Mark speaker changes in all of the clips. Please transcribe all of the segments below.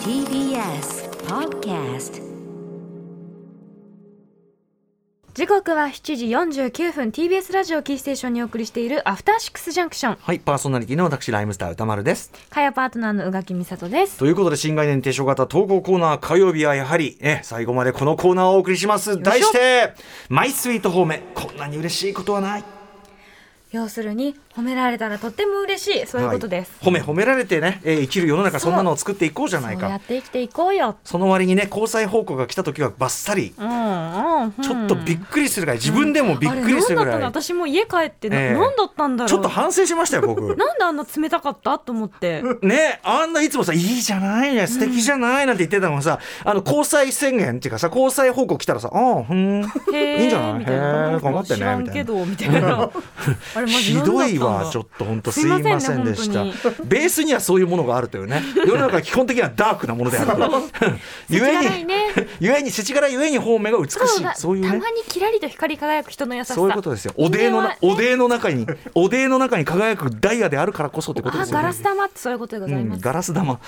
Speaker 1: TBS Podcast
Speaker 2: 時刻は7時49分 TBS ラジオキーステーションにお送りしているアフターシックスジャンクション
Speaker 3: はい、パーソナリティの私、ライムスター歌丸です。
Speaker 2: かやパートナーの宇垣美里です
Speaker 3: ということで、新概念提唱型投稿コーナー、火曜日はやはり、ね、最後までこのコーナーをお送りします。題して、マイスイート方面、こんなに嬉しいことはない。
Speaker 2: 要するに褒められたらとっても嬉しいそういうことです、
Speaker 3: はい褒め褒められてね、えー生きる世の中、
Speaker 2: そう
Speaker 3: そんなのを作っていこうじゃない
Speaker 2: そうやっ
Speaker 3: か。
Speaker 2: て生きていこうよ
Speaker 3: その割にね、交際報告が来た時はバッサリ、
Speaker 2: うんうん、うん、
Speaker 3: ちょっとびっくりするぐらい、自分でもびっくりするぐら
Speaker 2: あれ何だ
Speaker 3: い
Speaker 2: ったの。私も家帰ってな
Speaker 3: ええ
Speaker 2: 何だったんだろう
Speaker 3: ちょっと反省しましたよ、僕。
Speaker 2: なんであんな冷たかったと思って
Speaker 3: ねあんないつもさ、いいじゃないね、素敵じゃないなんて言ってたのがさ、あの、交際宣言っていうかさ、交際報告来たらさ、ああ、ふーん。
Speaker 2: へー
Speaker 3: いいんじゃない
Speaker 2: みたいな
Speaker 3: へー頑張ってね
Speaker 2: 知らん
Speaker 3: みたいな
Speaker 2: けどみたい なあれマジ
Speaker 3: ひ
Speaker 2: 何だったん
Speaker 3: ど
Speaker 2: だ
Speaker 3: いわ、ちょっと本当すいませんでした。
Speaker 2: すいませんね
Speaker 3: ベースにはそういうものがある というね、世の中は基本的にはダークなものである と。ゆ
Speaker 2: 世知
Speaker 3: え
Speaker 2: 辛い
Speaker 3: に、
Speaker 2: ね
Speaker 3: ゆえに、世知辛いゆえに方面が美しい
Speaker 2: そうだ、
Speaker 3: そういう
Speaker 2: た
Speaker 3: ね
Speaker 2: ま。にキラリと光り輝く人の優しさ
Speaker 3: そういうことですよ。おでのな、
Speaker 2: 人間は
Speaker 3: おでの中に、おでの中に輝くダイヤであるからこそってことで
Speaker 2: あ
Speaker 3: すよ
Speaker 2: ガラ
Speaker 3: ね
Speaker 2: ス。玉ってそういうことでご
Speaker 3: う
Speaker 2: ざいま
Speaker 3: ん、
Speaker 2: す、
Speaker 3: ガラス玉、は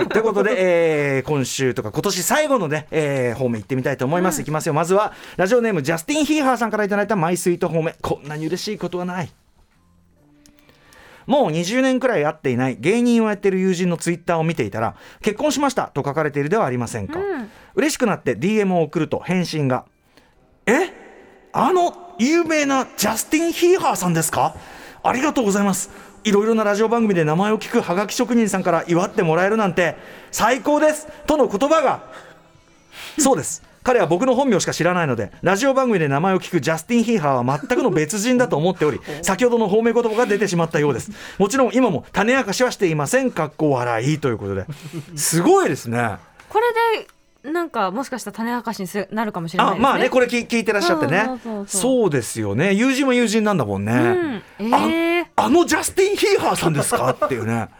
Speaker 3: い、ということで、えー今週とか今年最後のね、えー方面行ってみたいと思います、いきますよまずはラジオネームジャスティン・ヒーハーさんからいただいたマイスイート方面こんなに嬉しいことはないもう20年くらい会っていない芸人をやってる友人のツイッターを見ていたら「結婚しました」と書かれているではありませんか、
Speaker 2: うん
Speaker 3: 嬉しくなって DM を送ると返信が「えあの有名なジャスティン・ヒーハーさんですかありがとうございますいろいろなラジオ番組で名前を聞くハガキ職人さんから祝ってもらえるなんて最高ですとの言葉がそうです彼は僕の本名しか知らないのでラジオ番組で名前を聞くジャスティン・ヒーハーは全くの別人だと思っており先ほどの褒め言葉が出てしまったようですもちろん今も種明かしはしていませんかっこ笑いということですごいですね
Speaker 2: これでなんかもしかしたら種明かしにすなるかもしれない
Speaker 3: あ
Speaker 2: ですね
Speaker 3: まあねこれ聞聞いてらっしゃってね、
Speaker 2: うんそうそうそう
Speaker 3: そうですよね友人も友人なんだもんね、
Speaker 2: うんええ
Speaker 3: ああのジャスティン・ヒーハーさんですかっていう ね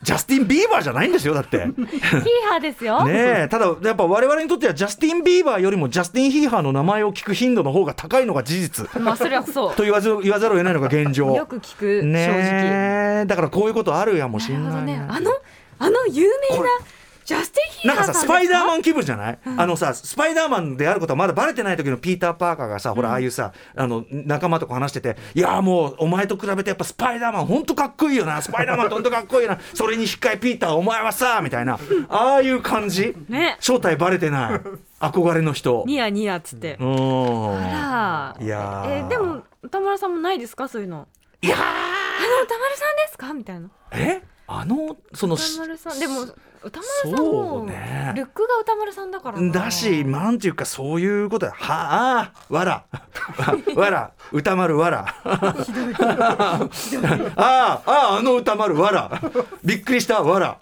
Speaker 3: ジャスティン・ビーバーじゃないんですよだってね
Speaker 2: ヒーハーです よ、
Speaker 3: えただやっぱ我々にとってはジャスティン・ビーバーよりもジャスティン・ヒーハーの名前を聞く頻度の方が高いのが事実
Speaker 2: まあそれはそ
Speaker 3: と言わず言わざるを得ないのが現
Speaker 2: う
Speaker 3: 状
Speaker 2: よく聞く、
Speaker 3: ねえだからこういうことあるやも
Speaker 2: 正
Speaker 3: し
Speaker 2: 直
Speaker 3: ん
Speaker 2: なるほ
Speaker 3: な
Speaker 2: ど
Speaker 3: い
Speaker 2: ねあのあの有名なジャスティン・ヒー
Speaker 3: なん
Speaker 2: ハーさ
Speaker 3: か
Speaker 2: ん
Speaker 3: さ、
Speaker 2: です
Speaker 3: ス
Speaker 2: か
Speaker 3: パイダーマン気分じゃない、あのさ、スパイダーマンであることはまだバレてない時のピーター・パーカーがさ、ほら、ああいうさ、あの、仲間とか話してて、いやーもう、お前と比べてやっぱスパイダーマンほんとかっこいいよな、スパイダーマンってほんとかっこいいよ な、それに引っ換えピーター、お前はさ、みたいな、ああいう感じ、
Speaker 2: ね
Speaker 3: 正体バレてない、憧れの人。
Speaker 2: ニヤニヤっつって、
Speaker 3: うーん。
Speaker 2: あら
Speaker 3: いやー
Speaker 2: えーでも歌丸さんもないですかそういうの
Speaker 3: いやー
Speaker 2: あの歌丸さんですかみたいな
Speaker 3: えあの、その、
Speaker 2: 歌丸さんでも歌丸さん
Speaker 3: そ
Speaker 2: も、
Speaker 3: うね
Speaker 2: ルックが歌丸さんだからな
Speaker 3: だし、なんていうか、そういうことだ。はあ、わら、 わら、歌丸わら。 ああ、ああ、あの歌丸わら。びっくりしたわら。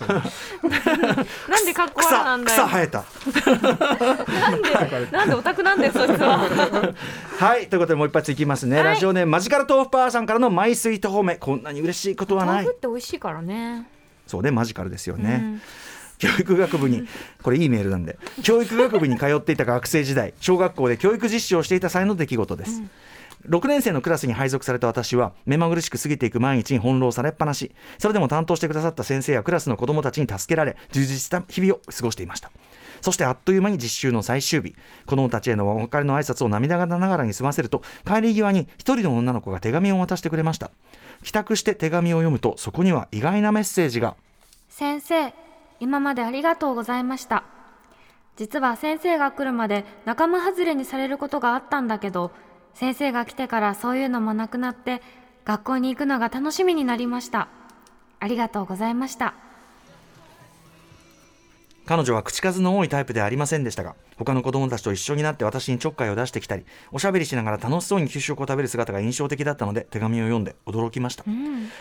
Speaker 2: なんでかっこ悪な
Speaker 3: 草、
Speaker 2: んだよ
Speaker 3: 草生えた。
Speaker 2: なんでなんでオタクなんだよそいつは
Speaker 3: はい、ということで、もう一発いきますね。
Speaker 2: はい
Speaker 3: ラジオネームマジカル豆腐パーさんからのマイスイート方面、こんなに嬉しいことはな
Speaker 2: 豆
Speaker 3: い
Speaker 2: 腐っ。て美味しいからね
Speaker 3: そうね、マジカルですよ
Speaker 2: う
Speaker 3: ね
Speaker 2: ん。
Speaker 3: 教育学部にこれいいメールなんで教育学部に通っていた学生時代小学校で教育実習をしていた際の出来事です、6年生のクラスに配属された私は目まぐるしく過ぎていく毎日に翻弄されっぱなしそれでも担当してくださった先生やクラスの子どもたちに助けられ充実した日々を過ごしていましたそしてあっという間に実習の最終日子どもたちへのお別れの挨拶を涙がながらに済ませると帰り際に一人の女の子が手紙を渡してくれました帰宅して手紙を読むとそこには意外なメッセージが
Speaker 4: 先生今までありがとうございました実は先生が来るまで仲間外れにされることがあったんだけど先生が来てからそういうのもなくなって学校に行くのが楽しみになりましたありがとうございました
Speaker 3: 彼女は口数の多いタイプではありませんでしたが他の子供たちと一緒になって私にちょっかいを出してきたりおしゃべりしながら楽しそうに給食を食べる姿が印象的だったので手紙を読んで驚きました、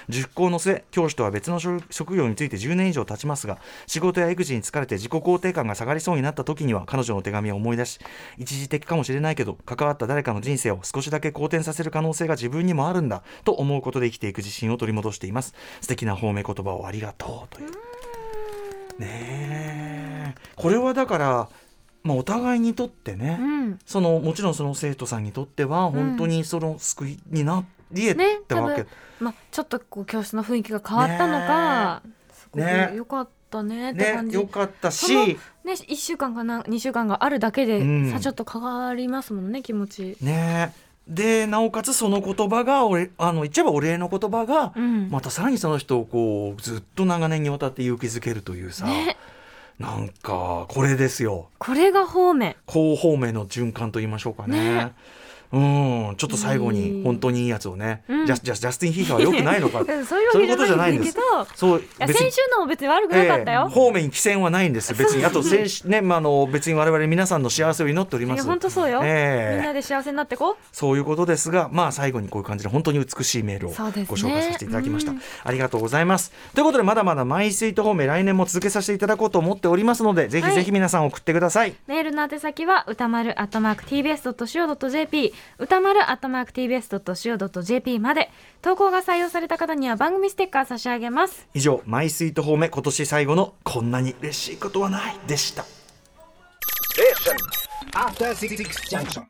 Speaker 3: 熟考の末教師とは別の職職業について10年以上経ちますが仕事や育児に疲れて自己肯定感が下がりそうになった時には彼女の手紙を思い出し一時的かもしれないけど関わった誰かの人生を少しだけ好転させる可能性が自分にもあるんだと思うことで生きていく自信を取り戻しています素敵な褒め言葉をありがとうというねえこれはだから、まあ、お互いにとってね、
Speaker 2: うん
Speaker 3: そのもちろんその生徒さんにとっては本当にその救いになっりえ
Speaker 2: ね
Speaker 3: た
Speaker 2: 多
Speaker 3: わけ、
Speaker 2: 分、まあ、ちょっとこう教室の雰囲気が変わったのか、すご
Speaker 3: ね
Speaker 2: くよかったねって
Speaker 3: ね
Speaker 2: 感じ、
Speaker 3: よかった
Speaker 2: その
Speaker 3: し
Speaker 2: ね、1週間かな2週間があるだけで、
Speaker 3: うん
Speaker 2: さちょっと変わりますもんね気持ち。
Speaker 3: ねでなおかつその言葉がおれあの言っちゃえばお礼の言葉が、
Speaker 2: うん
Speaker 3: またさらにその人をこうずっと長年にわたって勇気づけるというさ、
Speaker 2: ね、
Speaker 3: なんかこれですよ
Speaker 2: これが方面
Speaker 3: 広方面の循環と言いましょうかね
Speaker 2: ね
Speaker 3: うんちょっと最後に本当にいいやつをね、
Speaker 2: うん
Speaker 3: ジャスジャスジャスティン・ヒーターはよくないのか
Speaker 2: そういうわけじゃないんですけど
Speaker 3: そ
Speaker 2: い
Speaker 3: う
Speaker 2: や
Speaker 3: 別に
Speaker 2: 先週のも別に悪くなかった
Speaker 3: ええ
Speaker 2: よ。
Speaker 3: 方面に寄せはないんです 別にあと選手ねまああの別に我々皆さんの幸せを祈っておりま
Speaker 2: いや
Speaker 3: す
Speaker 2: 本当そうよ、
Speaker 3: ええ
Speaker 2: みんなで幸せになってこう
Speaker 3: そういうことですが、まあ、最後にこういう感じで本当に美しいメールをご
Speaker 2: そうですね
Speaker 3: 紹介させていただきました。
Speaker 2: うん
Speaker 3: ありがとうございます。ということで、まだまだマイスイート方面、来年も続けさせていただこうと思っておりますので、ぜひ
Speaker 2: はい
Speaker 3: ぜひ皆さん送ってください。
Speaker 2: メールの宛先は歌丸 @tbs.co.jp 歌丸 @tbs.co.jp まで投稿が採用された方には番組ステッカー差し上げます
Speaker 3: 以上、マイスイート方面、今年最後のこんなに嬉しいことはないでした。
Speaker 5: After Six Junction.